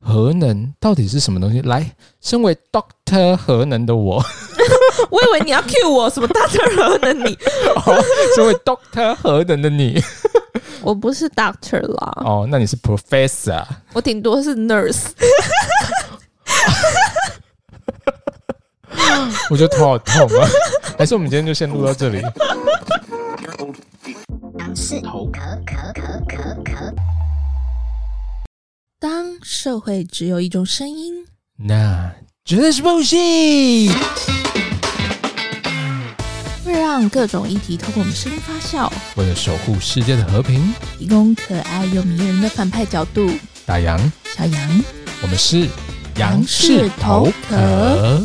核能到底是什么东西？来，身为 Doctor 核能的我， 我以为你要 cue 我什么大特核能你，哦身为 Doctor 核能的你， 我不是 doctor 啦，哦，那你是 Professor，我顶多是 nurse。我觉得头好痛啊！还是我们今天就先录到这里。当社会只有一种声音，那绝对是不行。会让各种议题透过我们声音发酵，为了守护世界的和平，提供可爱又迷人的反派角度。大洋，小杨，我们是杨氏头壳。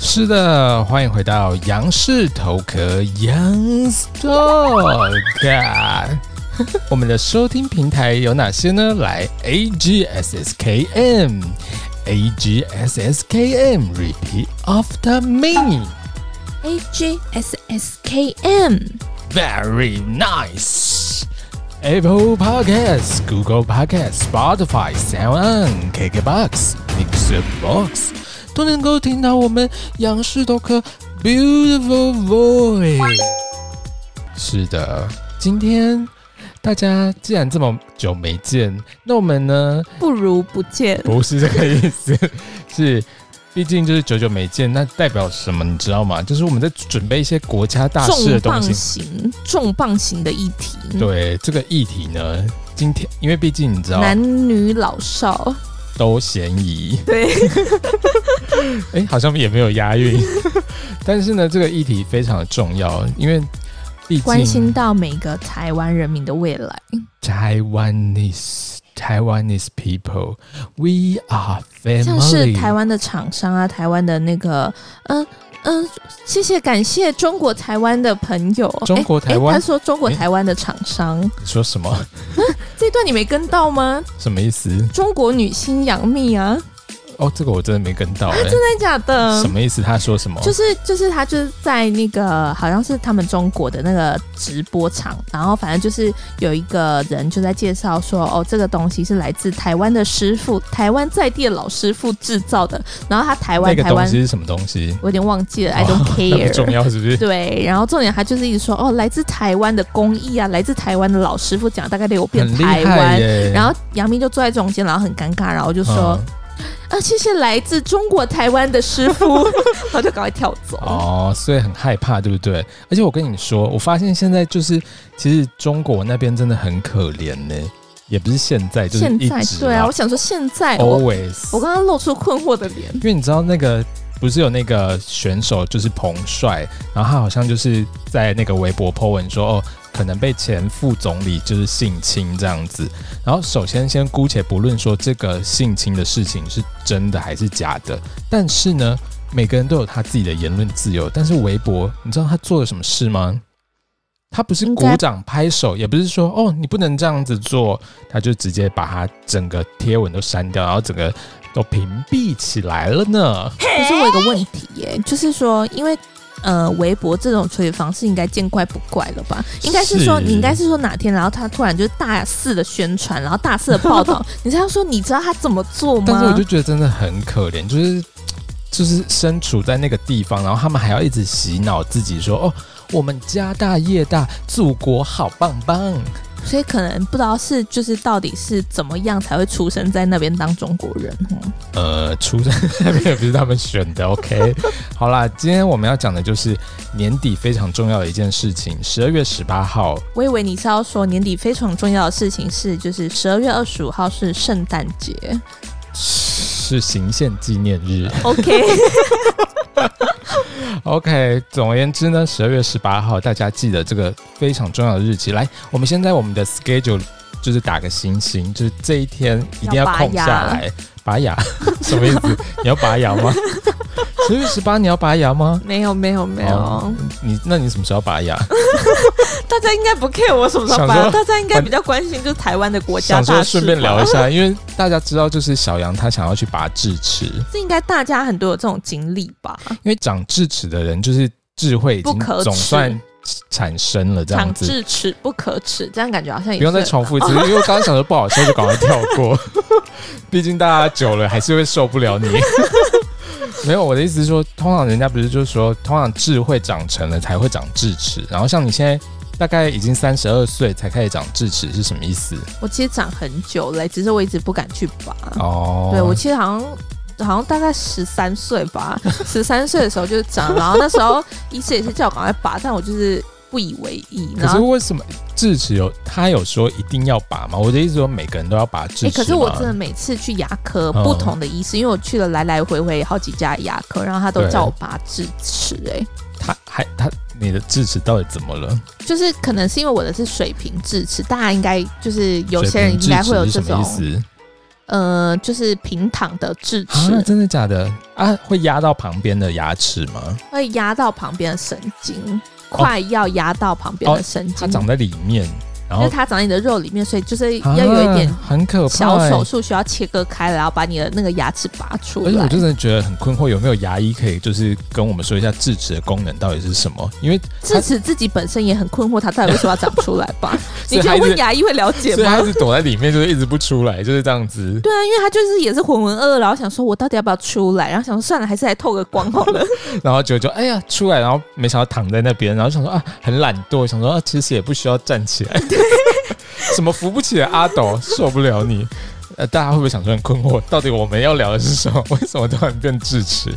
是的，欢迎回到杨氏头壳 Young's Talk。我们的收听平台有哪些呢？来，AGSSKM，AGSSKM，Repeat after me。 A G S S K M， Very nice. Apple Podcasts, Google Podcasts, Spotify, SoundOn, KKBox, Mixer Box 都能够听到我们杨氏头壳 Beautiful Voice。是的，今天大家既然这么久没见，那我们呢不如不见。不是这个意思， 是毕竟就是久久没见，那代表什么你知道吗？就是我们在准备一些国家大事的东重磅西。型，重磅型的议题，对啊这个议题呢，今天因为毕竟你知道男女老少，都嫌疑，对，哎、好像也没有押 韵，但是呢，这个议题非常的重要，因为毕关心竟到每个台湾人民的未来。 Taiwanese Taiwanese people we are 像是台 family，湾的厂商啊，台湾的那个，嗯、嗯、谢谢感谢中国台湾的朋友，中国诶台湾诶他说中国诶台湾的厂商，你说什么这段你没跟到吗？什么意思？中国女星杨幂啊，哦，这个我真的没跟到、哎、真的假的什？么意思？他说什么？就是就是她就是在那个好像是他们中国的那个直播场，然后反正就是有一个人就在介绍说，哦，这个东西是来自台湾的师傅，台湾在地的老师傅制造的，然后他台湾那个台东湾西。是什么东西？我有点忘记了，I don't 那 care。不重要是不 是？对，然后重点他就是一直说哦，来自台湾的工艺啊，来自台湾的老师傅讲大概六遍很厉台害湾，耶！嗯然后杨幂就坐在中间，然后很尴尬，然后就说、啊，谢谢来自中国台湾的师傅， 然后就赶快跳走。哦，所以很害怕，对不对？而且我跟你说，我发现现在就是，其实中国那边真的很可怜呢，也不是现在，就是现一在直哦对啊，啦我想说现在我我，always。刚刚露出困惑的脸，因为你知道那个不是有那个选手就是彭帅，然后他好像就是在那个微博 po 文说哦。可能被前副总理就是性侵这样子，然后首先先姑且不论说这个性侵的事情是真的还是假的，但是呢，每个人都有他自己的言论自由。但是微博，你知道他做了什么事吗？他不是应该鼓掌拍手，也不是说哦你不能这样子做，他就直接把他整个贴文都删掉，然后整个都屏蔽起来了呢。可是我有个问题耶、就是说因为。呃，微博这种处理方式应该见怪不怪了吧？应该是说，是你应该是说哪天，然后他突然就是大肆的宣传，然后大肆的报 道，你才要说你知道他怎么做吗？但是我就觉得真的很可怜，就是就是身处在那个地方，然后他们还要一直洗脑自己说哦，我们家大业大，祖国好棒棒。所以可能不知道是就是到底是怎么样才会出生在那边当中国人哦。呃，出生那边也不是他们选 的。OK，好啦，今天我们要讲的就是年底非常重要的一件事情，十二月十八号，我以为你是要说年底非常重要的事情是，就是十二月二十五号是圣诞节。是行宪纪念日。 OK， OK，总而言之呢，十二月十八号，大家记得这个非常重要的日期。来，我们先在我们的 schedule 就是打个星星，就是这一天一定要要拔空下牙 来。拔牙什么意思？你要拔牙吗？十月十八你要拔牙吗？没有没有没有，哦你那你什么时候拔牙？大家应该不 care 我什么时候想拔，说大家应该比较关心就是台湾的国家想大说事吧。顺便聊一下，因为大家知道，就是小杨他想要去拔智齿，因这应该大家很多有这种经历吧？为长智齿的人就是智慧已不经可总耻算产生了这样长子。智齿不可耻，这样感觉好像也不用再哎是哦重复一次，因为我刚刚想说不好笑，就赶快跳过。 毕竟大家久了还是会受不了你。 没有，我的意思是说，通常人家不是就是说，通常智慧长成了才会长智齿，然后像你现在大概已经三十二岁才开始长智齿，是什么意思？我其实长很久了，只是我一直不敢去拔。哦，嗯对我其实好像。好像大概十三岁 吧，十三岁的时候就长，然后那时候医师也是叫我赶快拔，但我就是不以为意。可然是后，为什么智齿有他有说一定要拔吗？我的意思说每个人都要拔智齿、诶吗？哎可是我真的每次去牙科嗯不同的医师，因为我去了来来回回好几家牙科，然后他都对叫我拔智齿、诶，他还他你的智齿到底怎么了？就是可能是因为我的是水平智齿，大家应该就是有些水人平应该智会有齿这是什么种意思呃，就是平躺的智齿、啊？真的假的啊？会压到旁边的牙齿吗？会压到旁边的神经，快要压到旁边的神哦它经，长在里面，然因为后它长在你的肉里面，所以就是要有一点啊很可怕、小欸。手术需要切割开，然后把你的那个牙齿拔出哎而且我来。真的觉得很困惑，有没有牙医可以就是跟我们说一下智齿的功能到底是什么？因为智齿自己本身也很困惑，它到底为什么要长出来吧？你 所以觉它得一直问牙医会了解所以吗它？是躲在里面，就是一直不出来，就是这样子。对啊，因为他就是也是浑浑噩噩，然后想说我到底要不要出来，然后想说算了，还是来透个光好 了。然后就就哎呀出来，然后没想到躺在那边，然后想说啊很懒惰，想说啊其实也不需要站起来。什么扶不起的阿斗，受不了你。呃，大家会不会想说很困惑？到底我们要聊的是什么？为什么突然变智齿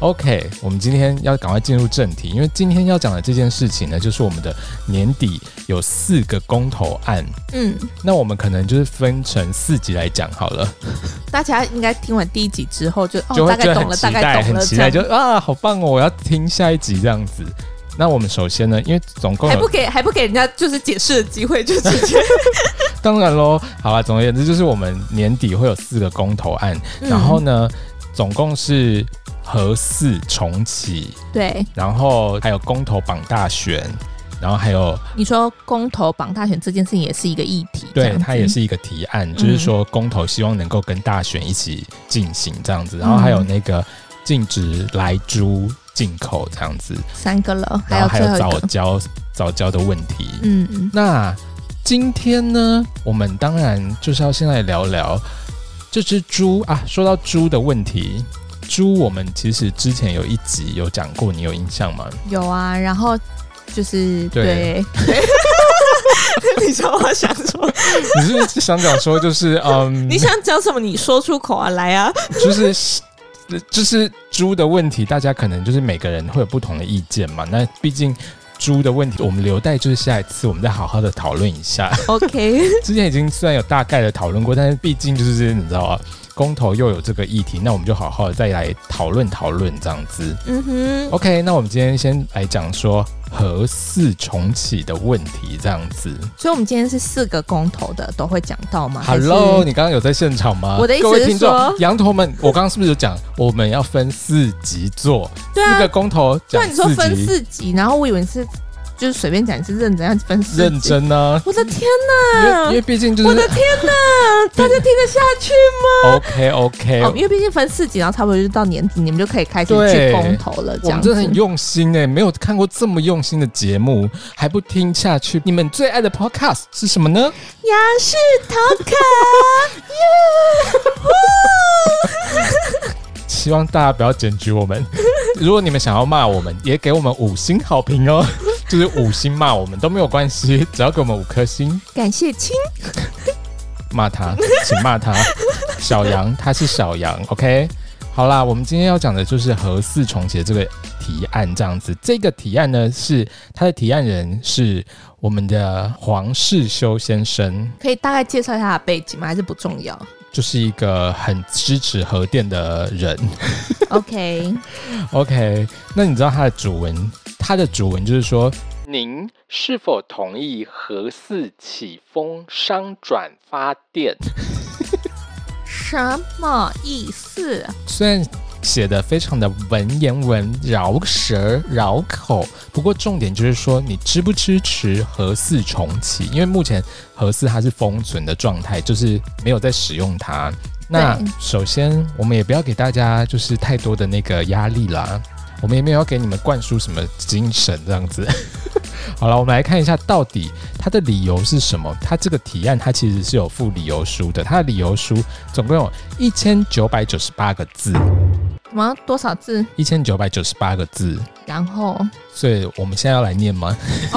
？OK，我们今天要赶快进入正题，因为今天要讲的这件事情呢，就是我们的年底有四个公投案，嗯，那我们可能就是分成四集来讲好了，大家应该听完第一集之后就就哦，会觉大概得懂很了，期大待，概懂很了，期这待，样就啊好棒哦，我要听下一集这样子。那我们首先呢，因为总共还有不给还不给人家就是解释的机会，就直 接。当然喽，好啊啦，总而言之，就是我们年底会有四个公投案，嗯然后呢，总共是核四重启，嗯对然后还有公投榜大选，然后还有你说公投榜大选这件事情也是一个议题，这对样子它也是一个提嗯案，就是说公投希望能够跟大选一起进行这样子，然后还有那个禁止来猪进口这样子，三个了，还然有后还最有后早一个，教早教的问题，嗯嗯，那今天呢，我们当然就是要先来聊聊这只猪啊。说到猪的问题，猪我们其实之前有一集有讲过，你有印象 吗？有啊，然后就是对对。嗯对 你知道我想说，你是不是想讲说 就是嗯，你想讲什么？你说出口啊，来啊！就是。就是猪的问题，大家可能就是每个人会有不同的意见嘛。那毕竟猪的问题，我们留待就是下一次我们再好好的讨论一下。 OK，之前已经虽然有大概的讨论过，但是毕竟就是你知道啊，公投又有这个议题，那我们就好好的再来讨论讨论这样子。嗯哼， OK，那我们今天先来讲说核四重启的问题这样子。所以我们今天是四个公投的都会讲到吗 Hello，还是你刚刚有在现场吗？我的意思各位听众是说，羊头们，我刚刚是不是有讲我们要分四集做？对四个啊，公投对讲啊，你说四分集，四集，然后我以为你是就是随便讲，你是认真要分四集，认，真呢、我的天因为哪因！为毕竟就我的是天 啊哪，大家听得下去吗？ OK OK，、哦，因为毕竟分四级，然后差不多就是到年底，你们就可以开始对去公投了。这我样们子真的很用心哎、没有看过这么用心的节目，还不听下去？你们最爱的 podcast 是什么呢？雅士陶卡， 希望大家不要检举我们。如果你们想要骂我们，也给我们五星好评哦，就是五星骂我们都没有关系，只要给我们五颗星，感谢亲，骂他，请骂他。小杨，他是小杨，OK。好啦，我们今天要讲的就是核四重启的这个提案，这样子。这个提案呢，是他的提案人是我们的黄世修先生。可以大概介绍一下他的背景吗？还是不 重要就是一个很支持核电的人。 ？OK， OK，那你知道他的主文？他的主文就是说：“您是否同意核四起风商转发电什么意思？？”虽然写的非常的文言文、饶舌、饶口。不过重点就是说，你支不支持核四重启？因为目前核四它是封存的状态，就是没有在使用它。那对首先，我们也不要给大家就是太多的那个压力啦，我们也没有要给你们灌输什么精神这样子。 好了，我们来看一下到底它的理由是什么？它这个提案它其实是有附理由书的，它的理由书总共有一千九百九十八个字，什么多少字？一千九百九十八个字，然后所以我们现在要来念吗？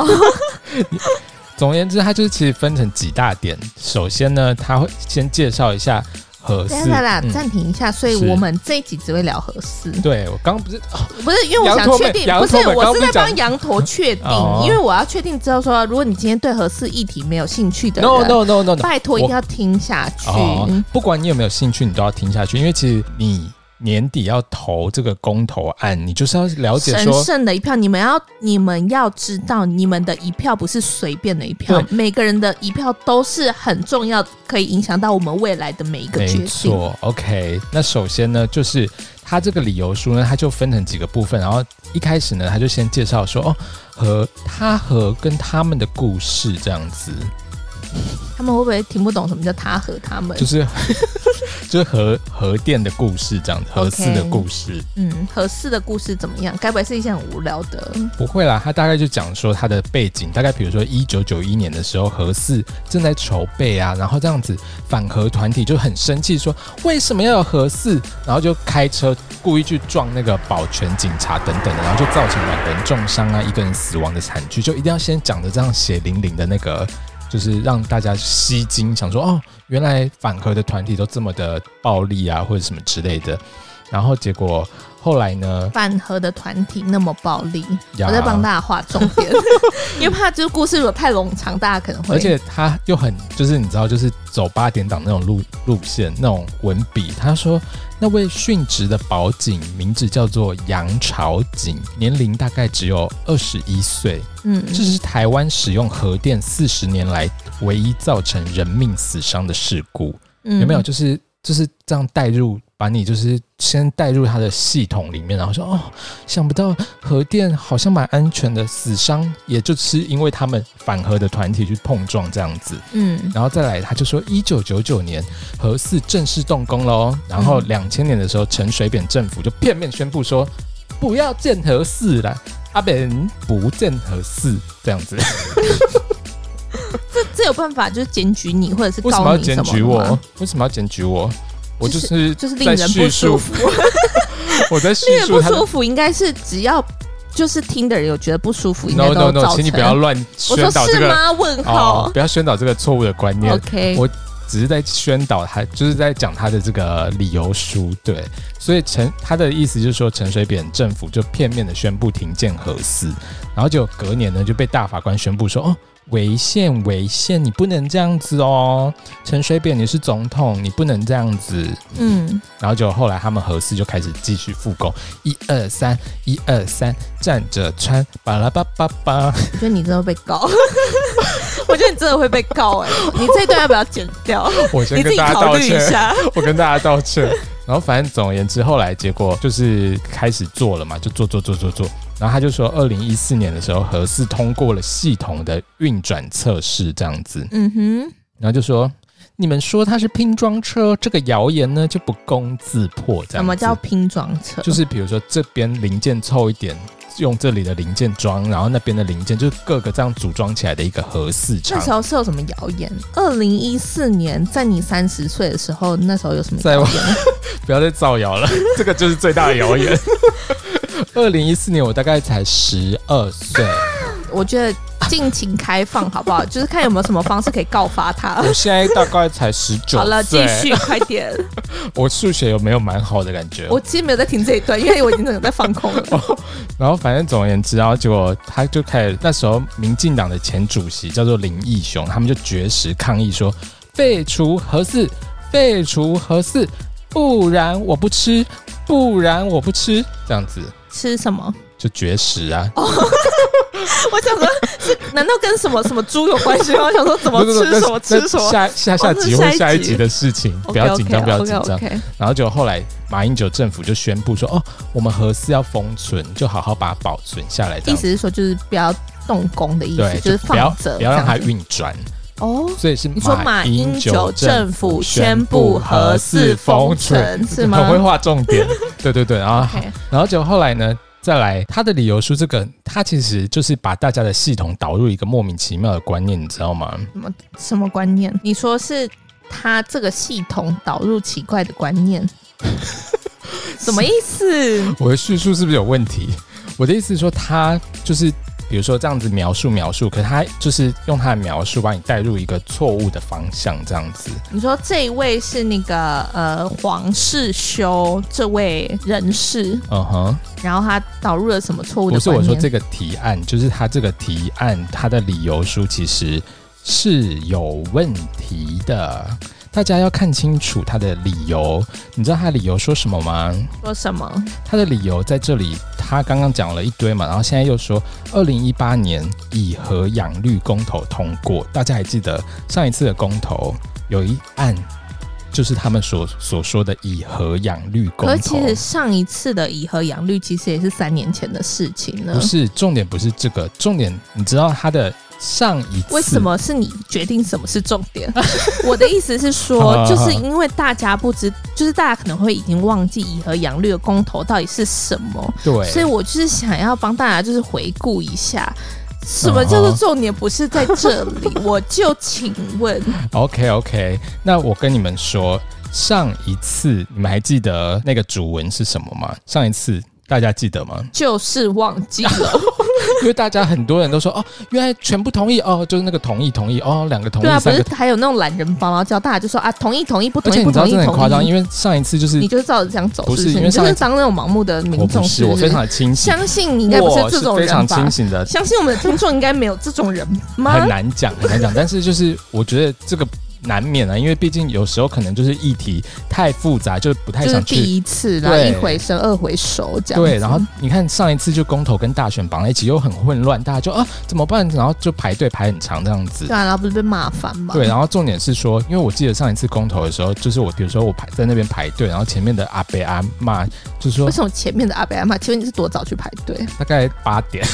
总而言之，它就是其实分成几大点。首先呢，它会先介绍一下合等适一下啦，嗯暂停一下。所以是我们这一集只会聊合适，对我刚刚不是不是因为我羊想驼确妹定，羊不是驼妹我是刚在不讲帮羊驼确定哦，因为我要确定之后说，如果你今天对合适议题没有兴趣的人 no no no no no，拜托我一定要听下去。哦，不管你有没有兴趣，你都要听下去，因为其实你年底要投这个公投案，你就是要了解神说，圣的一票，你们要你们要知道，你们的一票不是随便的一票，每个人的一票都是很重要，可以影响到我们未来的每一个决没定。错，OK。那首先呢，就是它这个理由书呢，它就分成几个部分，然后一开始呢，他就先介绍说，哦，和他和跟他们的故事这样子，他们会不会听不懂什么叫他和他们？就是 就是核核电的故事这样子，核四的 OK 故事。嗯，合适的故事怎么样？该不会是一些很无聊的？不会啦，他大概就讲说他的背景，大概比如说一九九一年的时候，何四正在筹备啊，然后这样子反核团体就很生气，说为什么要有何四，然后就开车故意去撞那个保全警察等等的，然后就造成两个人重伤啊，一个人死亡的惨剧，就一定要先讲的这样血淋淋的那个。就是让大家吸睛，想说哦，原来反核的团体都这么的暴力啊，或者什么之类的。然后结果后来呢？反核的团体那么暴力，呀我在帮大家画重 点，因为怕就是故事如果太冗长，大家可能会。而且他又很就是你知道，就是走八点档那种路路线那种文笔。他说那位殉职的保警名字叫做杨朝景，年龄大概只有二十一岁，嗯，这是台湾使用核电四十年来唯一造成人命死伤的事故。嗯有没有？？就是就是这样带入，把你就是先带入他的系统里面，然后说哦，想不到核电好像蛮安全的，死伤也就是因为他们反核的团体去碰撞这样子。嗯，然后再来，他就说，一九九九年核四正式动工喽。然后嗯两千年的时候，陈水扁政府就片面宣布说，不要建核四啦，阿扁不建核四这样子。 这有办法就是检举你，或者是为什么告要你什检么举的我吗？？为什么要检举我？我就就是就是令在人不叙述舒服。我在叙 令人述不他的舒服应该是只要就是听的人有觉得不舒服，应该 No 都 no 有造 no，成。请你不要乱我宣说导是这个哦吗？问号。不要宣导这个错误的观念。 OK，我只是在宣导他，就是在讲他的这个理由书，对，所以陈他的意思就是说，陈水扁政府就片面的宣布停建核四，然后就隔年呢就被大法官宣布说，哦，违宪违宪，你不能这样子哦，陈水扁你是总统，你不能这样子，嗯，然后就后来他们合适就开始继续复工，一二三，一二三，站着穿，巴拉巴巴巴。 我觉得你真的会被 告，我觉得你真的会被告哎、你这一段要不要剪掉？我 你先自跟己大家考道虑一歉，下。 我跟大家道歉。然后反正总而言之，后来结果就是开始做了嘛，就做做做做做。然后他就说，二零一四年的时候，合适通过了系统的运转测试，这样子。嗯哼，然后就说，你们说它是拼装车，这个谣言呢就不攻自破。这样子什么叫拼装车？就是比如说这边零件凑一点，用这里的零件装，然后那边的零件，就是各个这样组装起来的一个合四那厂时。候是有什么谣言？二零一四年，在你三十岁的时候，那时候有什么在谣我言？ 不要再造谣了， 这个就是最大的谣言。 二零一四年我大概才十二岁， 我觉得尽情开放好 不好？就是看有没有什么方式可以告发他。我现在大概才十九岁。好了，继续，快点！我数学有没有蛮好的感觉？我其实没有在听这一段，因为我已经整个在放空 了。哦然后反正总而言之，然啊后结果他就开始，那时候民进党的前主席叫做林义雄，他们就绝食抗议说废除核四，废除核四，不然我不吃，不然我不吃，这样子吃什么？就绝食啊。我想说，是难道跟什么什么猪有关系吗？我想说怎么不是不是哦吃什 么那是吃什下下么。下哦是集或下一下一集集的事情，不 OK，要紧张，不要紧 OK，OK，张。 OK，然后就后来马英九政府就宣布说，哦，我们核四要封存，就好好把它保存下来，这意样思是说就是不要动工的意思对，，就是不要放着，不要让它这样子运转。哦。所以是你说马英英九政政府府宣布核四封存，城是很会吗画重 点。对对对，然后？OK，然后就后来呢，再来他的理由书这个，他其实就是把大家的系统导入一个莫名其妙的观念，你知道吗？什么观念？你说是他这个系统导入奇怪的观 念，什么意思？我的叙述是不是有问题？我的意思是说，他就是比如说这样子描述描述，可他就是用他的描述把你带入一个错误的方向，这样子。你说这一位是那个呃黄世修这位人士，嗯哼，然后他导入了什么错误的不是观我念？说这个提案，就是他这个提案，他的理由书其实是有问题的。大家要看清楚他的理由，你知道他的理由说什么吗？说什么？他的理由在这里，他刚刚讲了一堆嘛，然后现在又说，二零一八年以核养绿公投通过，大家还记得上一次的公投有一案，就是他们所所说的以核养绿公可是投其，实上一次的以和养绿其实也是三年前的事情了不。是重点，不是这个重点，你知道他的上一次为什？么是你决定什么是重点？ 我的意思是好啊说，好就是因为大家不知，就是大家可能会已经忘记以和养绿的公投到底是什么，对，所以我就是想要帮大家就是回顾一下，嗯什么叫做重点不是在这里？我就请问， OK OK，那我跟你们说，上一次你们还记得那个主文是什么吗？上一次大家记得 吗？就是忘 记了，因为大家很多人都说哦，原来全部同意哦，就是那个同意同意哦，两个同意、对啊，不三是个，还有那种懒人包，然后叫大家就说啊，同意同意，不而同且意你不知道同意真的很夸同张，意，因为上一次就是你就是照着这样走，不是是不是？因你为就上是一当那种盲目的我民众，不是不我非常的清醒，相信你应该不我这种非人常吧清？醒的，相信我们的听众应该没有这种人吗很？难讲很难讲，但是就是我觉得这个难免啊，因为毕竟有时候可能就是议题太复杂，就是不太就是想去。第一次啦，对一回生二回熟这样子。对，然后你看上一次就公投跟大选绑在一起，又很混乱，大家就啊怎么办？然后就排队排很长这样子对。啊，然后不是被骂翻吗？对，然后重点是说，因为我记得上一次公投的时候，就是我比如说我排在那边排队，然后前面的阿伯阿妈就说为什么前面的阿北阿妈，请问你是多早去排队？大概八点，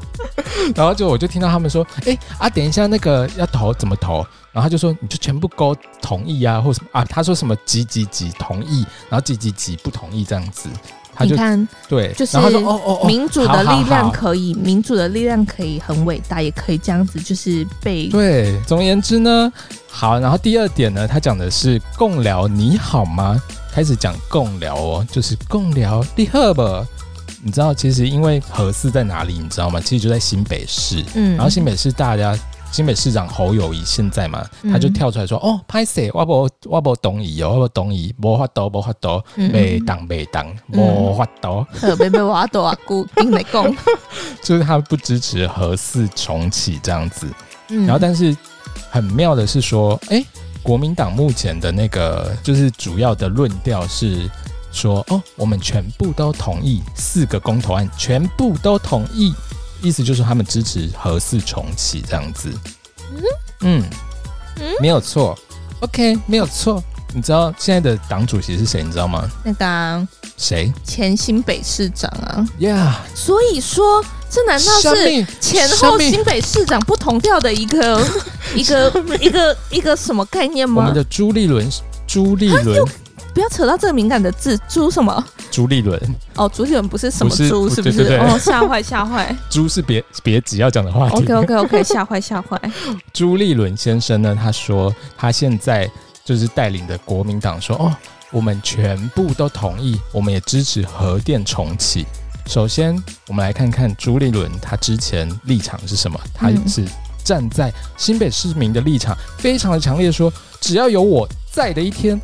然后就我就听到他们说，哎、啊，等一下那个要投怎么投？然后他就说你就全部勾同意啊，或什么啊，他说什么几几几同意，然后几几几不同意这样子，他你就看，对，就是然后他说哦哦哦，民主的好好力量好可以，民主的力量可以很伟大，也可以这样子，就是被对，总而言之呢，好，然后第二点呢，他讲的是共聊你好吗？开始讲共聊哦，就是共聊你好吧。你知道，其实因为核四在哪里，你知道吗？其实就在新北市。嗯，然后新北市大家，新北市长侯友谊现在嘛，嗯他就跳出来说：“哦，拍谁？我不我不懂伊哦，我不懂伊，无法度，无法度，嗯袂当袂当，无法度。特别 被挖到啊，姑跟你讲， 就是他不支持核四重启这样子。嗯， 然后，但是很妙的是说，哎、国民党目前的那个就是主要的论调是说，哦，我们全部都同意四个公投案，全部都同意，意思就是他们支持核四重启这样子。嗯嗯嗯，没有错，OK，没有错。你知道现在的党主席是谁？你知道吗？那个啊谁前新北市长啊， ？Yeah，所以说这难道生是命前生后命新北市长不同调的一 个一个一个一个什么概念我吗们？的朱立伦，朱立伦，不要扯到这个敏感的字，猪什么？朱立伦，哦，主体人不是什么不是猪，不是不对是？对对啊哦，吓坏吓坏。朱是别别急要讲的话题。 OK OK OK，吓 坏吓坏。朱立伦先生呢，他说他现在就是带领的国民党说，哦，我们全部都同意，我们也支持核电重启。首先，我们来看看朱立伦他之前立场是什么，他嗯是站在新北市民的立场，非常的强烈地说，只要有我在的一天。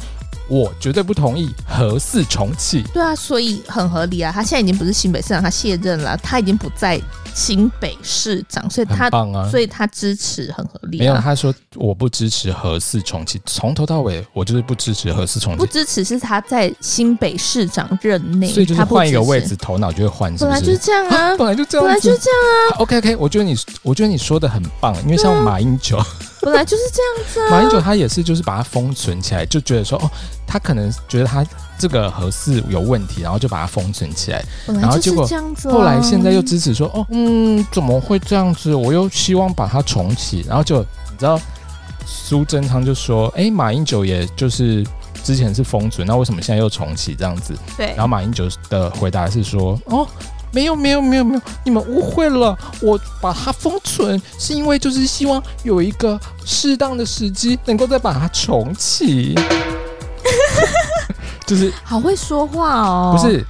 我绝对不同意核四重启。对啊，所以很合理啊。他现在已经不是新北市长，他卸任了，他已经不在新北市长，所以呃他很棒啊所以他支持很合理、啊。没有，他说我不支持核四重启，从头到尾我就是不支持核四重不启，支持是他在新北市长任内，所以就是他不换一个支持位置，，头脑就会换，是 本不来就是是？这样啊，本来就这本来样就是子。这样， OK OK，我觉得你，我觉得你说的很棒，因为像马英九，本来就是这样子 啊。马英九他也是就是把它封存起来，就觉得说哦，他可能觉得他这个核四有问题，然后就把它封存起来。本然来后就结是果这样子、啊。后来现在又支持说，哦，嗯，怎么会这样子？我又希望把它重启，然后就你知道，苏贞昌就说，哎、马英九也就是之前是封存，那为什么现在又重启这样子？对然后马英九的回答是说，哦。没有没有没有没有，你们误会了。我把它封存，是因为就是希望有一个适当的时机，能够再把它重启。 就是好会说话哦，不是，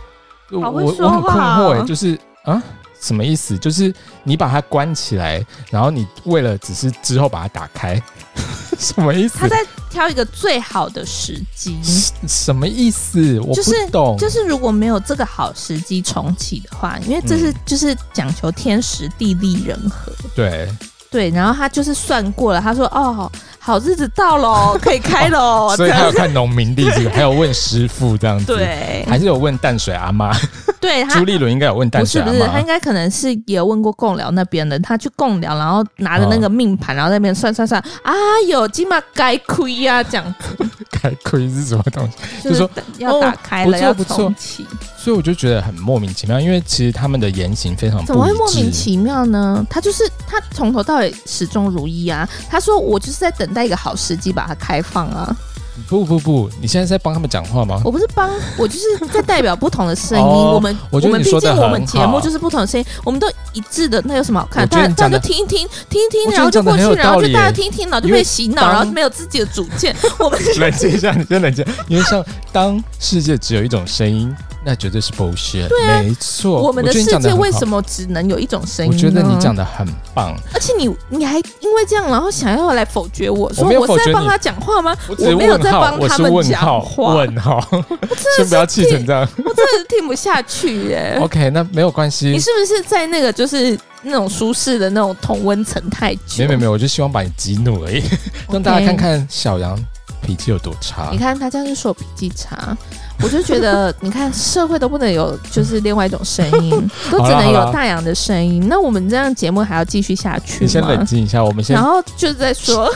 我好会我说我很困话惑哦哎，就是啊，什么意思？就是你把它关起来，然后你为了只是之后把它打开， 什么意他思？在挑一个最好的时机。什什么意思？我就是不懂。就是如果没有这个好时机重启的话，因为这嗯是、就是讲求天时地利人和，对，对。然后他就是算过了，他说：“哦，好日子到喽，可以开 喽。所以哦这还样有看农民历 这个，还有问师傅这样子，，对还是有问淡水阿 妈，对，他朱立伦应该有问淡不水阿是不是，他啊妈应。该可能是也问过贡寮那边的，他去贡寮，然后拿着那哦个命盘，然后在那边算算算，啊，有今嘛该亏呀，这样子 开亏是什么东西？就就说哦是要打开不了，错要不错重启，所以我就觉得很莫名其妙，因为其实他们的言行非常不怎么会一莫名致其妙呢？他就是他从头到尾始终如一啊，他说我就是在等待一个好时机把它开放啊，不不不，你现在是在帮他们讲话 吗？我不是帮，我就是在代表不同的声音，哦我们我觉得们你毕说得竟很我们节好目就是不同的声音，我们都一致的，那有什么好看？我觉大得家你大讲家得就听一听，听一我觉听，得然后你就讲得过去很，有然后道就理大家听一听，然后就因为被洗脑，然后当没有自己的主见， 我们冷静一下，你先冷静，因为像当世界只有一种声音，那绝对是 bullshit。对、没错，啊我们的世界为什么？么只能有一种声音我呢？觉得你讲的很棒，而且你你还因为这样，然后想要来否决我，说我没有否是决在帮你他讲话吗？只是没有问在号，帮我他是们问讲号，话，问号， 先不要气成这 样。我真的听不下去耶、 OK，那没有关系你，是不是在那个就是那种舒适的那种同温层太久？没有没有没有，我就希望把你激怒 而已，让大家看看小杨脾气有多差你。看他这样就说我脾气差，我就 觉得，你看社会都不能有就是另外一种声音，都只好啦能好有啦大洋的声音。那我们这样节目还要继续下去你先冷吗？静一下，我们先然后就在说，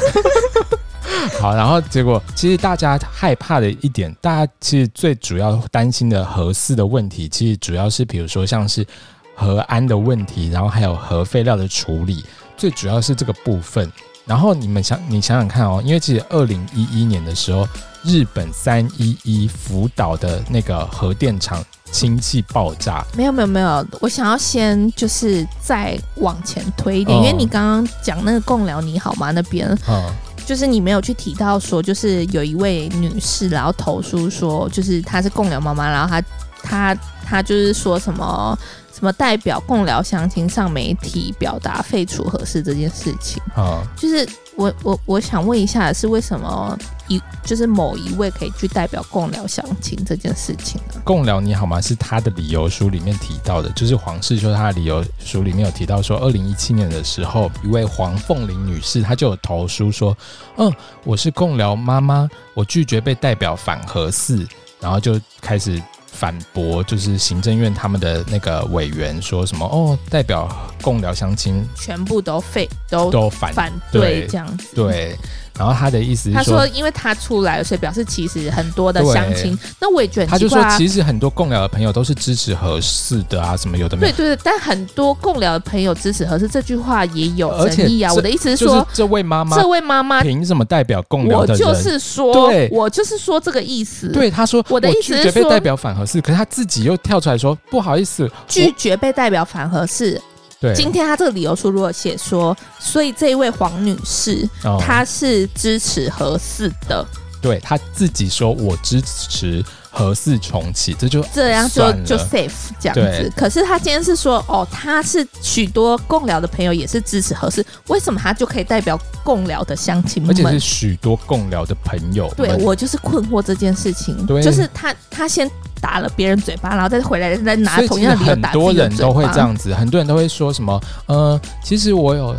好，然后结果其实大家害怕的一点，大家其实最主要担心的核四的问题，其实主要是比如说像是核安的问题，然后还有核废料的处理，最主要是这个部分。然后你们想，你想想看哦，因为其实二零一一年的时候，日本三一一福岛的那个核电厂氢气爆炸，没有没有没有，我想要先就是再往前推一点，哦因为你刚刚讲那个共聊你好吗那边，嗯，就是你没有去提到说，就是有一位女士，然后投诉说，就是她是共聊妈妈，然后她她她就是说什么什么代表共聊相亲上媒体表达废除合适这件事情，嗯，就是我我我想问一下，是为什么一就是某一位可以去代表共聊相亲这件事情呢、共聊你好吗？是他的理由书里面提到的，就是黄世修他的理由书里面有提到说，二零一七年的时候，一位黄凤玲女士她就有投书说，嗯，我是共聊妈妈，我拒绝被代表反核四，然后就开始反驳，就是行政院他们的那个委员说什么哦，代表共聊相亲全部都废都都反反对对这样子，对，然后他的意思他是说，说。因为他出来，所以表示其实很多的相亲对，那我也觉得他很就奇怪说啊，。其实很多共聊的朋友都是支持核四的啊，什么有的没对对对，但很多共聊的朋友支持合适这句话也有而且争议啊。这我的意思是就是说，这位妈妈这位妈妈，凭什么代表共我聊的人？就是说对，我就是说这个意思，，对他说，我的意思拒是绝被说代表反合适，可是他自己又跳出来说不好意思，拒我绝被代表反合适。对，今天他这个理由书如果写说，所以这一位黄女士哦她是支持合适的，对他自己说我支持核四重启，这就这样就算了就 safe 这样对子。可是他今天是说，哦，他是许多共聊的朋友也是支持合适，为什么他就可以代表共聊的乡亲而且是们？许多共聊的朋友们，对我就是困惑这件事情，对就是他他先打了别人嘴巴，然后再回来再拿所以同其实样的理由很打自多己的人嘴都会巴这。样子，很多人都会说什么，呃，其实我有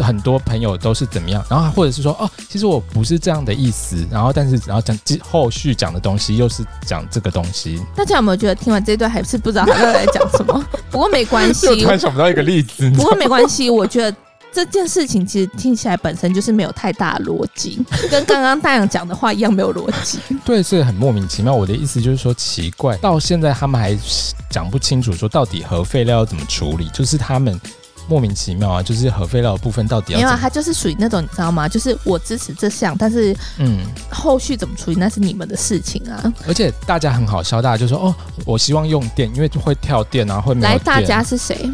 很多朋友都是怎么样，然后或者是说，哦，其实我不是这样的意思，然后但是然后讲之后续讲的东西又是讲这个东西，大家有没有觉得听完这段还是不知道他要来讲 什么？不过没关系，想不到一个例子，不过没关系，我觉得这件事情其实听起来本身就是没有太大逻辑，跟刚刚大洋讲的话一样没有逻辑。 对，所以很莫名其妙。我的意思就是说，奇怪，到现在他们还讲不清楚，说到底核废料要怎么处理，就是他们莫名其妙啊，就是核废料的部分到底要没有怎啊，么，他就是属于那种你知道吗？就是我支持这项，但是嗯，后续怎么处理那是你们的事情啊。而且大家很好笑，大家就说哦，我希望用电，因为会跳电啊，会没有来，电，大家是谁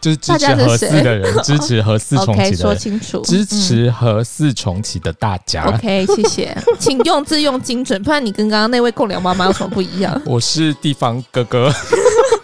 就是支大持家是核四谁的人，支持核四重 ？OK，启的说人，清楚。支持啊核四重启的大家。嗯 OK，谢谢，请用字用精准，不然你跟刚刚那位共聊妈妈有什么不 一样？我是地方哥哥，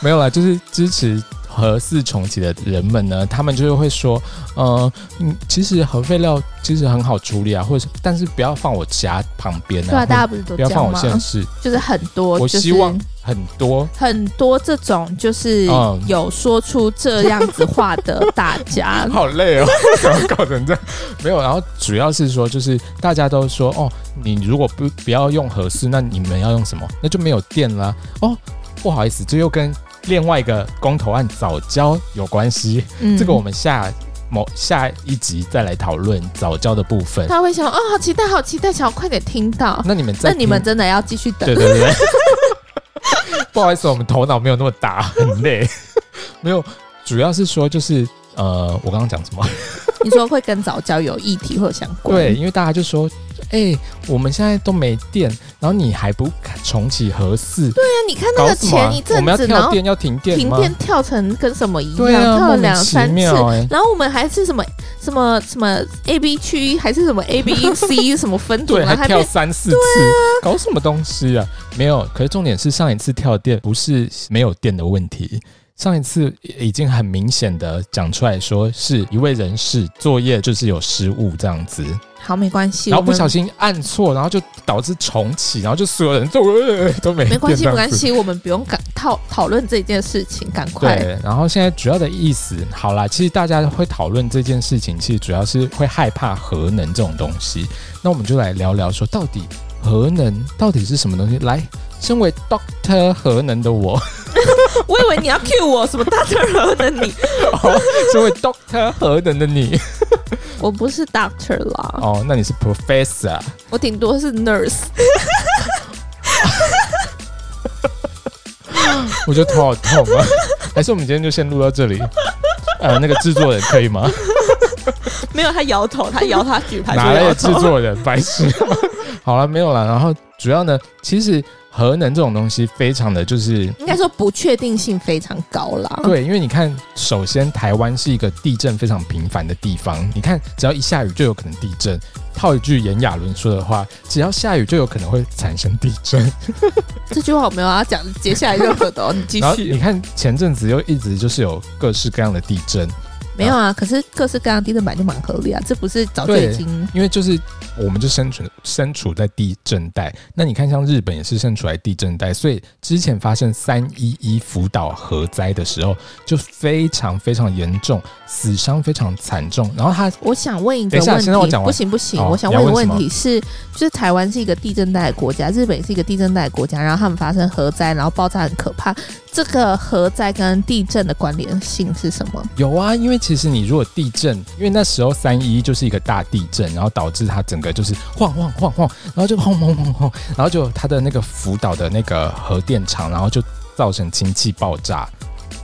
没有啦，就是支持核四重启的人们呢，他们就会说，呃，嗯，其实核废料其实很好处理啊，或者是，但是不要放我家旁边啊，对啊，大家或不是都不这要放样我吗？现实，就是很多，我就是希望很多。很多这种就是嗯，有说出这样子话的大家好累哦，怎么搞成这样？没有，然后主要是说，就是大家都说哦，你如果不不要用合适，那你们要用什么？那就没有电啦。哦，不好意思，这又跟另外一个公投案早教有关系。嗯这个我们下某下一集再来讨论早教的部分。他会想哦，好期待，好期待，想要快点听到。那你们再那听你们真的要继续等对对对， 不好意思，我们头脑没有那么大，很累。没有，主要是说就是呃，我刚刚讲 什么？你说会跟早教有议题或相关？对，，因为大家就说，哎、我们现在都没电，然后你还不重启核四，那你看那搞个什么、前啊一？我阵们要子，然跳后电，要停电停吗？电跳成跟什么一样，对啊，跳莫了名两其三次。妙哎、然后我们还是什么什么什么 A B 区，还是什么 A B E C 什么分组，对，然还后还啊跳变三四次，搞什么东西啊？没有，可是重点是上一次跳电不是没有电的问题，上一次已经很明显的讲出来说是一位人士作业就是有失误这样子，好没关系，然后不我们小心按错，然后就导致重启，然后就所有人都、呃都没没关系，电这没样关子系，我们不用赶讨讨论这件事情，赶快。对，然后现在主要的意思，好啦，其实大家会讨论这件事情，其实主要是会害怕核能这种东西。那我们就来聊聊说，到底核能到底是什么东西？来，身为 Doctor 核能的我， 我以为你要 cue 我什么大特热 的你，身为 Doctor 核能的你， 我不是 doctor 啦，哦，那你是 Professor，啊我顶多是 nurse。我觉得头好痛啊。 还是我们今天就先录到这里。呃，那个制作人可以吗？没有，他摇头，他摇他举牌，哪来说的摇制头。作人？白痴！ 好了，没有了。然后主要呢，其实核能这种东西非常的就是应该说不确定性非常高啦。对，因为你看，首先台湾是一个地震非常频繁的地方，你看只要一下雨就有可能地震。套一句炎亚纶说的话，只要下雨就有可能会产生地震。这句话我没有要讲接下来任何的、哦，你继然后你续。看前阵子又一直就是有各式各样的地震，没有啊，可是各式各样的地震版就蛮合理啊，这不是早就对已经因为就是我们就身处身处在地震带，那你看像日本也是身处在地震带，所以之前发生三一一福岛核灾的时候就非常非常严重，死伤非常惨重。然后它我想问一个等一下问题，先让我讲完不行不行，哦我想问一个你要问问什么题是，就是台湾是一个地震带的国家，日本也是一个地震带的国家，然后他们发生核灾，然后爆炸很可怕，这个核灾跟地震的关联性是什么？有啊，因为其实你如果地震，因为那时候三一就是一个大地震，然后导致它整个就是晃晃晃晃，然后就轰轰轰轰，然后就它的那个福岛的那个核电厂，然后就造成氢气爆炸，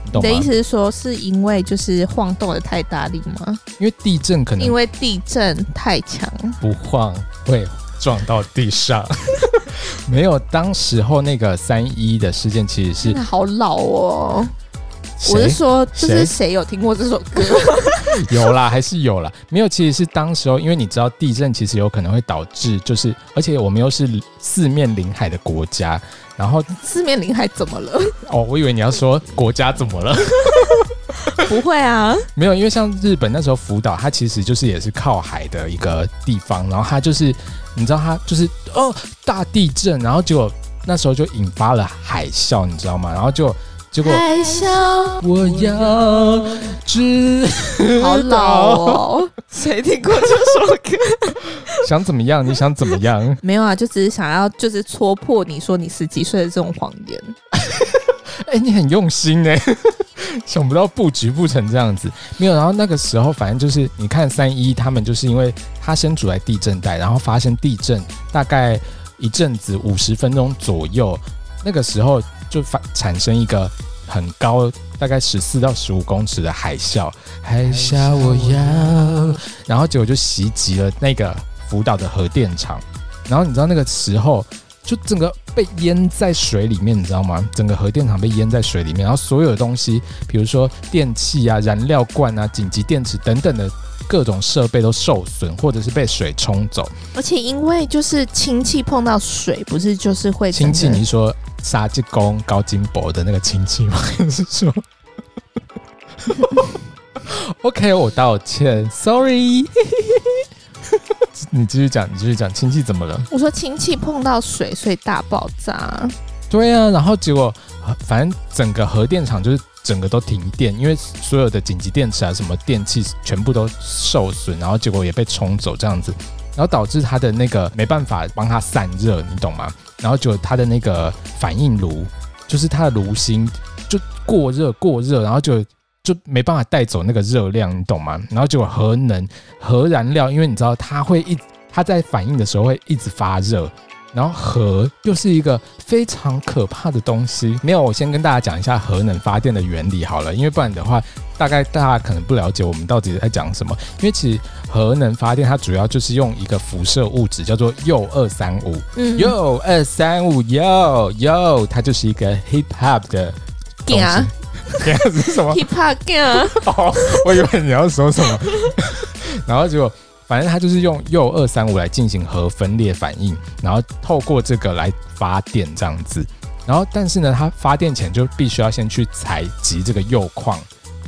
你你懂啊的意吗思？是说，是因为就是晃动的太大力吗？因为地震可能因为地震太强，不晃会撞到地上。 没有，当时候那个三一的事件其实是 真的好老哦。我谁是说，就谁是谁有听过这首歌？ 有啦，还是有啦。没有，其实是当时候，因为你知道地震其实有可能会导致，就是而且我们又是四面临海的国家，然后四面临海怎么了？哦，我以为你要说国家怎么了，不会啊， 没有，因为像日本那时候福岛，它其实就是也是靠海的一个地方，然后它就是你知道它就是哦大地震，然后结果那时候就引发了海啸，你知道吗？然后就结果海啸。哎我要知好老道哦， 谁听过这首歌？想怎么样？你想怎么样？ 没有啊，就只是想要就是戳破你说你十几岁的这种谎言。哎、你很用心哎、 想不到布局布成这样子。没有，然后那个时候反正就是，你看三一他们就是因为他身处在地震带，然后发生地震，大概一阵子五十分钟左右，那个时候就发产生一个很高，大概十四到十五公尺的海啸，海啸我要，然后结果就袭击了那个福岛的核电厂，然后你知道那个时候。就整个被淹在水里面，你知道吗？整个核电厂被淹在水里面，然后所有的东西，比如说电器啊、燃料罐啊、紧急电池等等的各种设备都受损，或者是被水冲走。而且因为就是氢气碰到水，不是就是会亲戚，整个你是说杀鸡公高金箔的那个亲戚吗？还是说？OK，我道歉，Sorry。你继续讲，你继续讲，亲戚怎么了？我说氢气碰到水，所以大爆炸。对啊，然后结果呃反正整个核电厂就是整个都停电，因为所有的紧急电池啊、什么电器全部都受损，然后结果也被冲走这样子，然后导致它的那个没办法帮它散热，你懂吗？然后结果它的那个反应炉，就是它的炉芯就过热过热，然后就。就没办法带走那个热量，你懂吗？然后结果核能、核燃料，因为你知道它会一，它在反应的时候会一直发热，然后核又是一个非常可怕的东西。没有，我先跟大家讲一下核能发电的原理好了，因为不然的话，大概大家可能不了解我们到底在讲什么。因为其实核能发电它主要就是用一个辐射物质叫做铀二三五，嗯铀二三五铀铀，它就是一个 hip hop 的东西。 啊等一下是什么？ ，hip hop gang，哦，我以为你要说什么，然后结果反正它就是用铀二三五来进行核分裂反应，然后透过这个来发电这样子。然后但是呢，它发电前就必须要先去采集这个铀矿，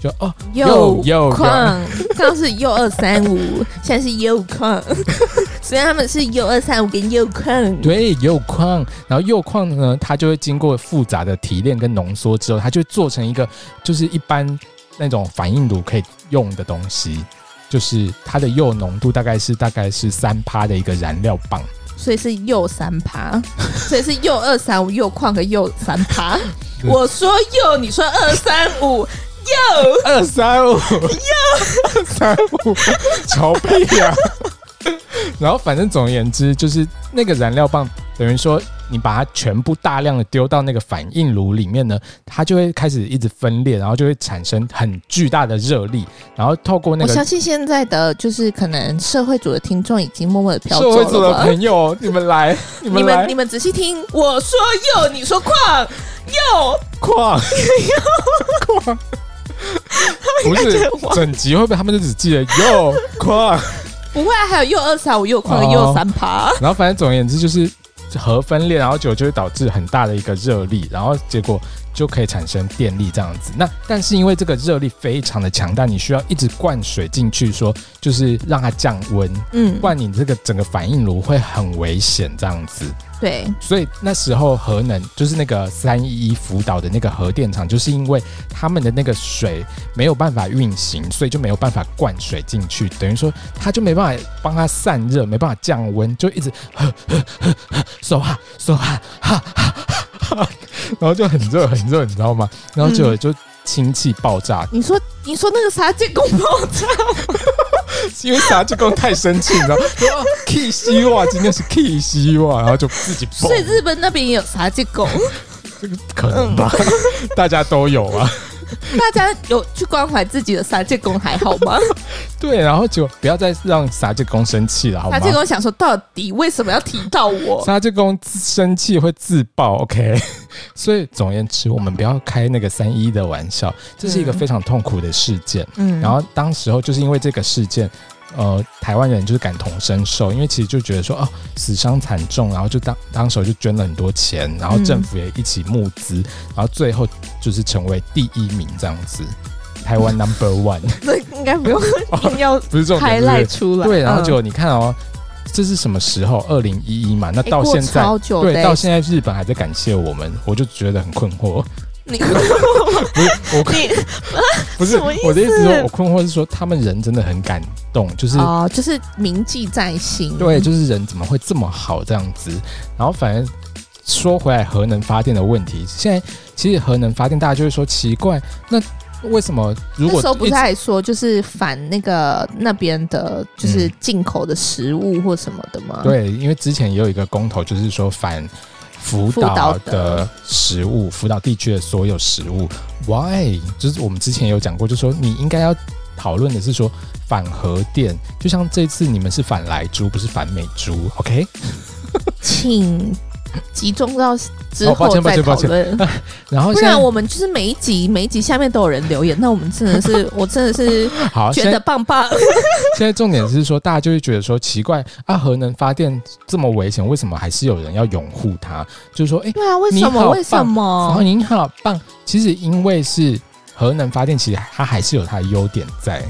就哦又又矿，刚刚是又二三五，现在是又矿， 所以他们是又二三五跟又矿。对，铀矿，然后铀矿呢，它就会经过复杂的提炼跟浓缩之后，它就会做成一个就是一般那种反应炉可以用的东西，就是它的铀浓度大概是大概是三趴的一个燃料棒。所以是右三趴， 所以是右二三五右框和右三趴。对我说右，你说二三五，二三五，二三五， 瞧屁呀、然后反正总而言之，就是那个燃料棒，等于说你把它全部大量的丢到那个反应炉里面呢，它就会开始一直分裂，然后就会产生很巨大的热力，然后透过那我个相信现在的就是可能社会组的听众已经默默的飘社会组走的了吧。朋友，你们来，你你们来们你们仔细听，我说右，你说框，右 矿矿，不应该是这样玩整集会不会他们就只记得哟矿？不会啊，还有右二三五右框和右三趴。然后反正总而言之就是核分裂，然后就就会导致很大的一个热力，然后结果就可以产生电力这样子。那但是因为这个热力非常的强大，你需要一直灌水进去说就是让它降温，嗯不，然你这个整个反应炉会很危险这样子。对，所以那时候核能就是那个三一一福岛的那个核电厂，就是因为他们的那个水没有办法运行，所以就没有办法灌水进去，等于说它就没办法 帮它散热，没办法 降温，就一直呵呵呵呵手啊手啊哈哈哈哈，然后就很热很热，你知道吗？然后就有就氢气爆 炸，你说你说那个啥建功爆 炸，因为啥就公太生气，你知道吗 就啊气西哇，今天是气西哇，然后就自己爆所。以日本那边也有啥建功。 可能吧，大家都有啊。大家有去关怀自己的三界公还好吗？对，然后就不要再让撒界公生气了，好吗三？界公想说，到底为什么要提到我？撒界公自生气会自爆，OK？所 以总而言之，我们不要开那个三一的玩笑，这是一个嗯非常痛苦的事件。 嗯然后当时候就是因为这个事件，呃，台湾人就是感同身受，因为其实就觉得说，哦，死伤惨重，然后就当当时候就捐了很多钱，然后政府也一起募资，嗯然后最后就是成为第一名这样子，台湾 number one， 这应该不用哦硬要不是这种 highlight 出来。对，然后嗯就你看哦，这是什么时候？二零一一嘛，那诶到哎过现在。超久的对，欸，到现在日本还在感谢我们，我就觉得很困惑。 你 不是我，你不是什么意思我的意思是说，我困惑是说他们人真的很感动，就是哦，就是铭记在心。对，就是人怎么会这么好这样子？然后反正说回来，核能发电的问题，现在其实核能发电大家就会说奇怪，那为什么如那果时候不一是直还说就是反那个那边的，就是嗯进口的食物或什么的吗？，对，因为之前也有一个公投，就是说反福福岛岛的的食物，福岛地区的所有食物，why？就是我们之前有讲过，就说你应该要讨论的是说反核电，就像这次你们是反莱猪，不是反美猪，OK？请集中到之哦抱后歉抱再歉抱讨歉论，然后不现在然我们就是每一集每一集下面都有人留言，那我们真的是我真的是 好，现觉在得棒棒。现在重点是说，大家就会觉得说奇怪啊，核能发电这么危险，为什么还是有人要拥护它？就是说，哎、对啊，为你什好么？为什棒然后么？您好棒。其实因为是核能发电，其实它还是有它的优点在。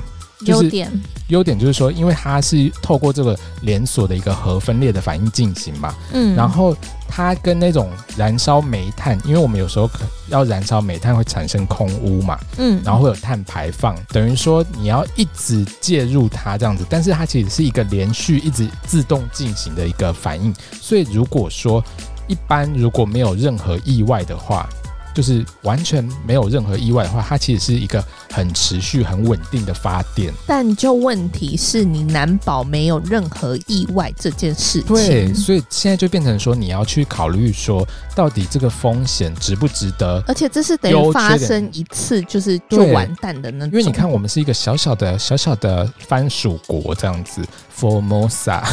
就优是点，优点就是说，因为它是透过这个连锁的一个核分裂的反应进行嘛，嗯，然后它跟那种燃烧煤炭，因为我们有时候可要燃烧煤炭会产生空污嘛，嗯，然后会有碳排放，等于说你要一直介入它这样子，但是它其实是一个连续一直自动进行的一个反应，所以如果说一般如果没有任何意外的话，就是完全没有任何意外的话，它其实是一个很持续、很稳定的发电。但就问题是你难保没有任何意外这件事情。 对，所以现在就变成说，你要去考虑说，到底这个风险值不值得？而且这是等优缺于发点生一次就是就对完蛋的那种。因为你看，我们是一个小小的、小小的番薯国这样子，Formosa。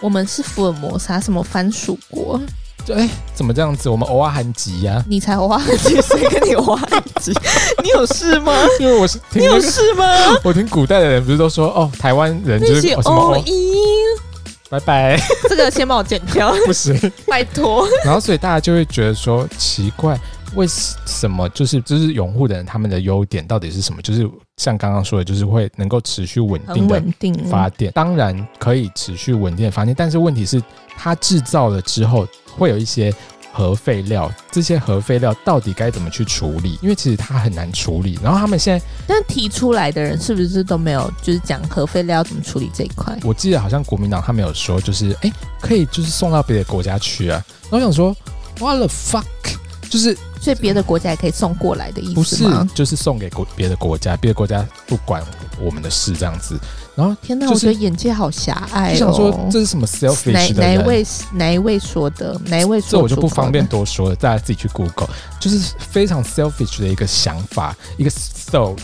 我们是福尔摩沙，什么番薯国？就哎、怎么这样子？我们偶尔喊急呀、你才花一集，谁跟你花一 集？你有事吗？因为我是听 你那有个，事吗？我听古代的人不是都说哦，台湾人就那是些哦什么哦哦，咦，拜拜， 这个先帮我剪掉，不行。 拜托。然后所以大家就会觉得说奇怪，为什么就是就是拥护的人他们的优点到底是什么？就是像刚刚说的，就是会能够持续稳定很的稳定，发电，当然可以持续稳定的发电，但是问题是它制造了之后会有一些。核废料，这些核废料到底该怎么去处理？因为其实它很难处理。然后他们现在但提出来的人是不是都没有就是讲核废料要怎么处理这一块？我记得好像国民党他们有说，就是哎、诶可以就是送到别的国家去啊。然后我想说，what the fuck，就是所以别的国家也可以送过来的意不思是吗？就是送给国别的国家，别的国家不管我们的事这样子。然后天哪，就我是觉得眼界好狭隘就哦。想说这是什么哪 selfish 的哪一人。位哪一位说的？哪一位说？这我就不方便。多说了，大家自己去 Google，就是非常 selfish 的一个想法，一个 thought。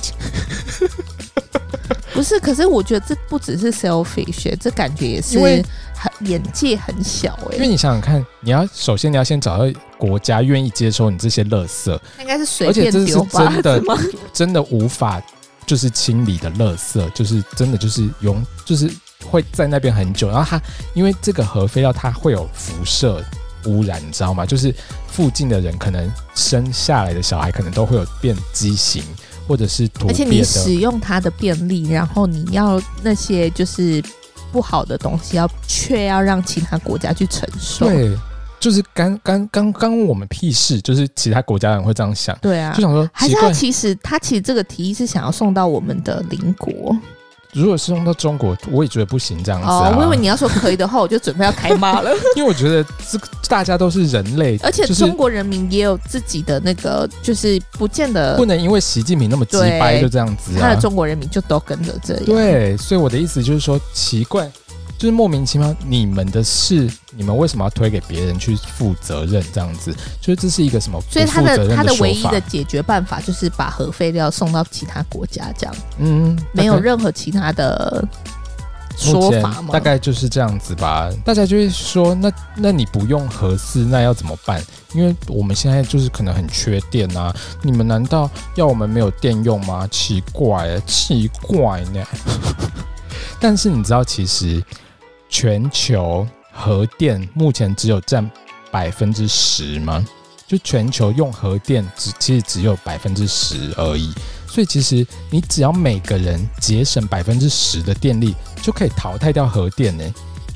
不是，可是我觉得这不只是 selfish，这感觉也是因为很眼界很小哎、因为你想想看，你要首先你要先找到国家愿意接收你这些垃圾，应该是随而且便这是丢吧？真的是吗？真的无法就是清理的垃圾，就是真的就是永就是会在那边很久。然后它因为这个核废料它会有辐射污染，你知道吗？就是附近的人可能生下来的小孩可能都会有变畸形或者是突而且变你的。使用它的便利，然后你要那些就是不好的东西要，却要让其他国家去承受。对，就是刚刚刚刚我们屁事，就是其他国家人会这样想，对啊就，想说还奇是怪他，其实他其实这个提议是想要送到我们的邻国如果是用到中国，我也觉得不行这样子啊。哦。我以为你要说可以的话，我就准备要开骂 了。因为我觉得这个大家都是人类，而且就是中国人民也有自己的那个，就是不见得不能因为习近平那么直白对就这样子他啊的。中国人民就都跟着这样。对，所以我的意思就是说，奇怪，就是莫名其妙，你们的事，你们为什么要推给别人去负责任这样子？就是这是一个什么不所以他负责的任他的说唯一法的解决办法就是把核废料送到其他国家，这样嗯，没有大概任何其他的目说前法吗？大概就是这样子吧。大家就会说，那那你不用核四，那要怎么办？因为我们现在就是可能很缺电啊，你们难道要我们没有电用吗？奇怪、欸，奇怪呢、 但是你知道，其实全球核电目前只有占百分之十吗？就全球用核电只其实只有百分之十而已，所以其实你只要每个人节省百分之十的电力，就可以淘汰掉核电呢、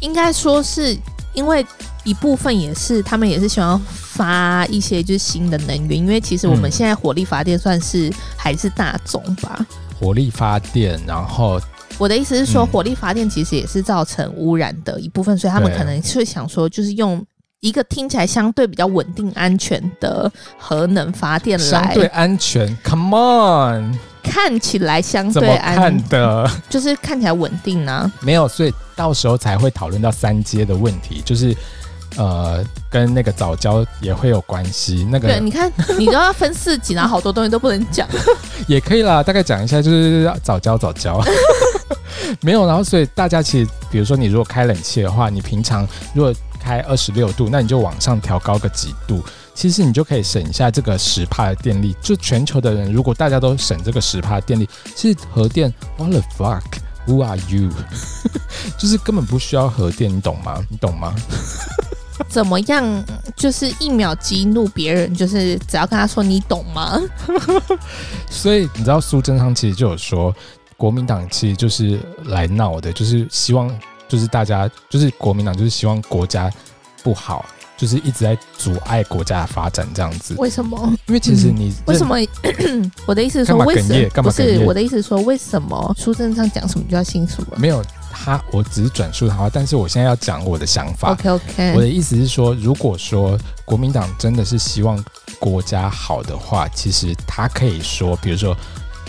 应该说是因为一部分也是他们也是想要发一些就是新的能源，因为其实我们嗯现在火力发电算是、还是大众吧。火力发电，然后我的意思是说，嗯火力发电其实也是造成污染的一部分，所以他们对可能是想说，就是用一个听起来相对比较稳定安全的核能发电相来对，安全。Come on，看起来相怎对么安看，的？就是看起来稳定啊呢、没有，所以到时候才会讨论到三阶的问题，就是呃，跟那个早教也会有关系。那对，个你看，你都要分四集，然后好多东西都不能讲。 也可以啦，大概讲一下，就是早教早教。 没有，然后所以大家其实，比如说你如果开冷气的话，你平常如果开二十六度，那你就往上调高个几度，其实你就可以省下这个十帕的电力。就全球的人，如果大家都省这个十帕的电力，其实核电，what the fuck，who are you？就是根本不需要核电，你懂吗？你懂吗？怎么样，就是一秒激怒别人，就是只要跟他说你懂吗？所以你知道苏贞昌其实就有说，国民党其实就是来闹的，就是希望就是大家就是国民党就是希望国家不好，就是一直在阻碍国家的发展这样子。为什么？因为其实你、嗯为什？么？ 我的意思是干说，嘛为什哽咽干不嘛哽是咽我的意思是说，为什么苏贞昌讲什么就要信什么没有他，我只是转述他话，但是我现在要讲我的想法。 ？OK 我 OK，的意思是说，如果说国民党真的是希望国家好的话，其实他可以说，比如说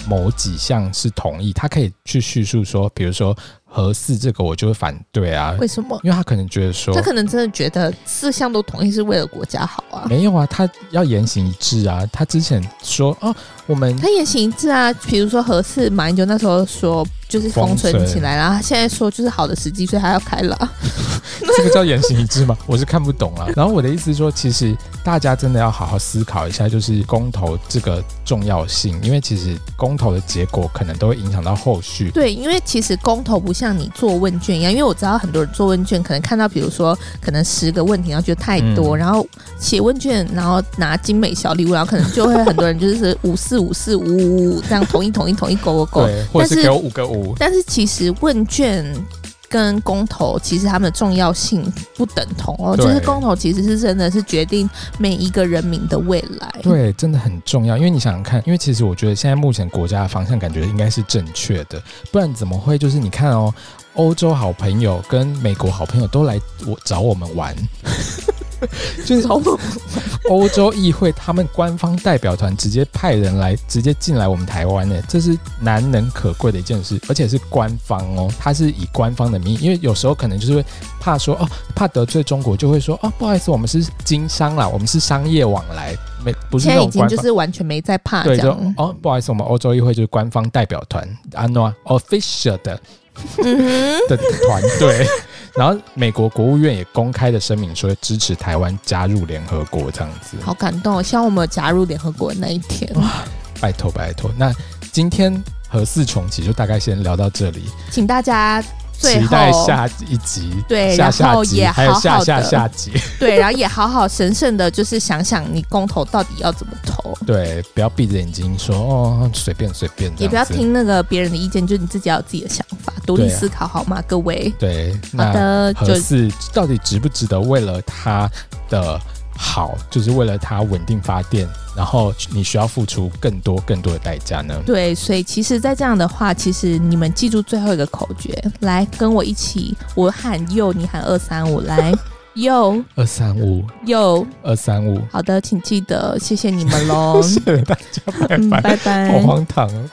某几项是同意，他可以去叙述说，比如说核四这个我就会反对啊，为什么？因为他可能觉得说他可能真的觉得四项都同意是为了国家好啊。没有啊，他要言行一致啊，他之前说哦，我们他言行一致啊，比如说何四马英九那时候说就是封存封存起来，然后他现在说就是好的时机，所以他要开了啊。这个叫言行一致吗？ 我是看不懂啊。然后我的意思是说，其实大家真的要好好思考一下，就是公投这个重要性，因为其实公投的结果可能都会影响到后续。对，因为其实公投不像你做问卷一样，因为我知道很多人做问卷，可能看到比如说可能十个问题，然后觉得太多，嗯然后写问卷，然后拿精美小礼物，然后可能就会很多人就是五四五四五五五这样同意同意同意勾勾勾。对，或者哦但是嗯是给我五个五，但是其实问卷跟公投其实它们的重要性不等同哦，对就是公投其实是真的是决定每一个人民的未来。对，真的很重要。因为你想想看，因为其实我觉得现在目前国家的方向感觉应该是正确的，不然怎么会就是你看哦，欧洲好朋友跟美国好朋友都来我找我们玩，就是从欧洲议会他们官方代表团直接派人来，直接进来我们台湾呢，欸这是难能可贵的一件事，而且是官方哦，他是以官方的名义，因为有时候可能就是会怕说哦，怕得罪中国，就会说哦，不好意思，我们是经商啦，我们是商业往来，没不是现那在已种经官就方。是完全没在怕这对，就样，哦，不好意思，我们欧洲议会就是官方代表团安诺 official 的嗯的团队， 然后美国国务院也公开的声明说支持台湾加入联合国这样子。哼，好感动哦，希望我们有加入联合国的那一天。拜托拜托。那今天何四重启就大概先聊到这里，请大家最期后待下一集，对下然下后集，也还有好下好下地下集， 对，然后也好好神圣的，就是想想你公投到底要怎么投，对，不要闭着眼睛说哦，随便随便这也样子，不要听那个别人的意见，就你自己要有自己的想法，独立对啊思考好吗，各位？对。好那的，就何四到底值不值得为了他的好，就是为了他稳定发电，然后你需要付出更多更多的代价呢？对，所以其实，在这样的话，其实你们记住最后一个口诀，来跟我一起，我喊右，你喊二三五，来右二三五，右，二三五，好的，请记得，谢谢你们喽， 谢谢大家，拜嗯，拜，拜拜好。荒唐哦。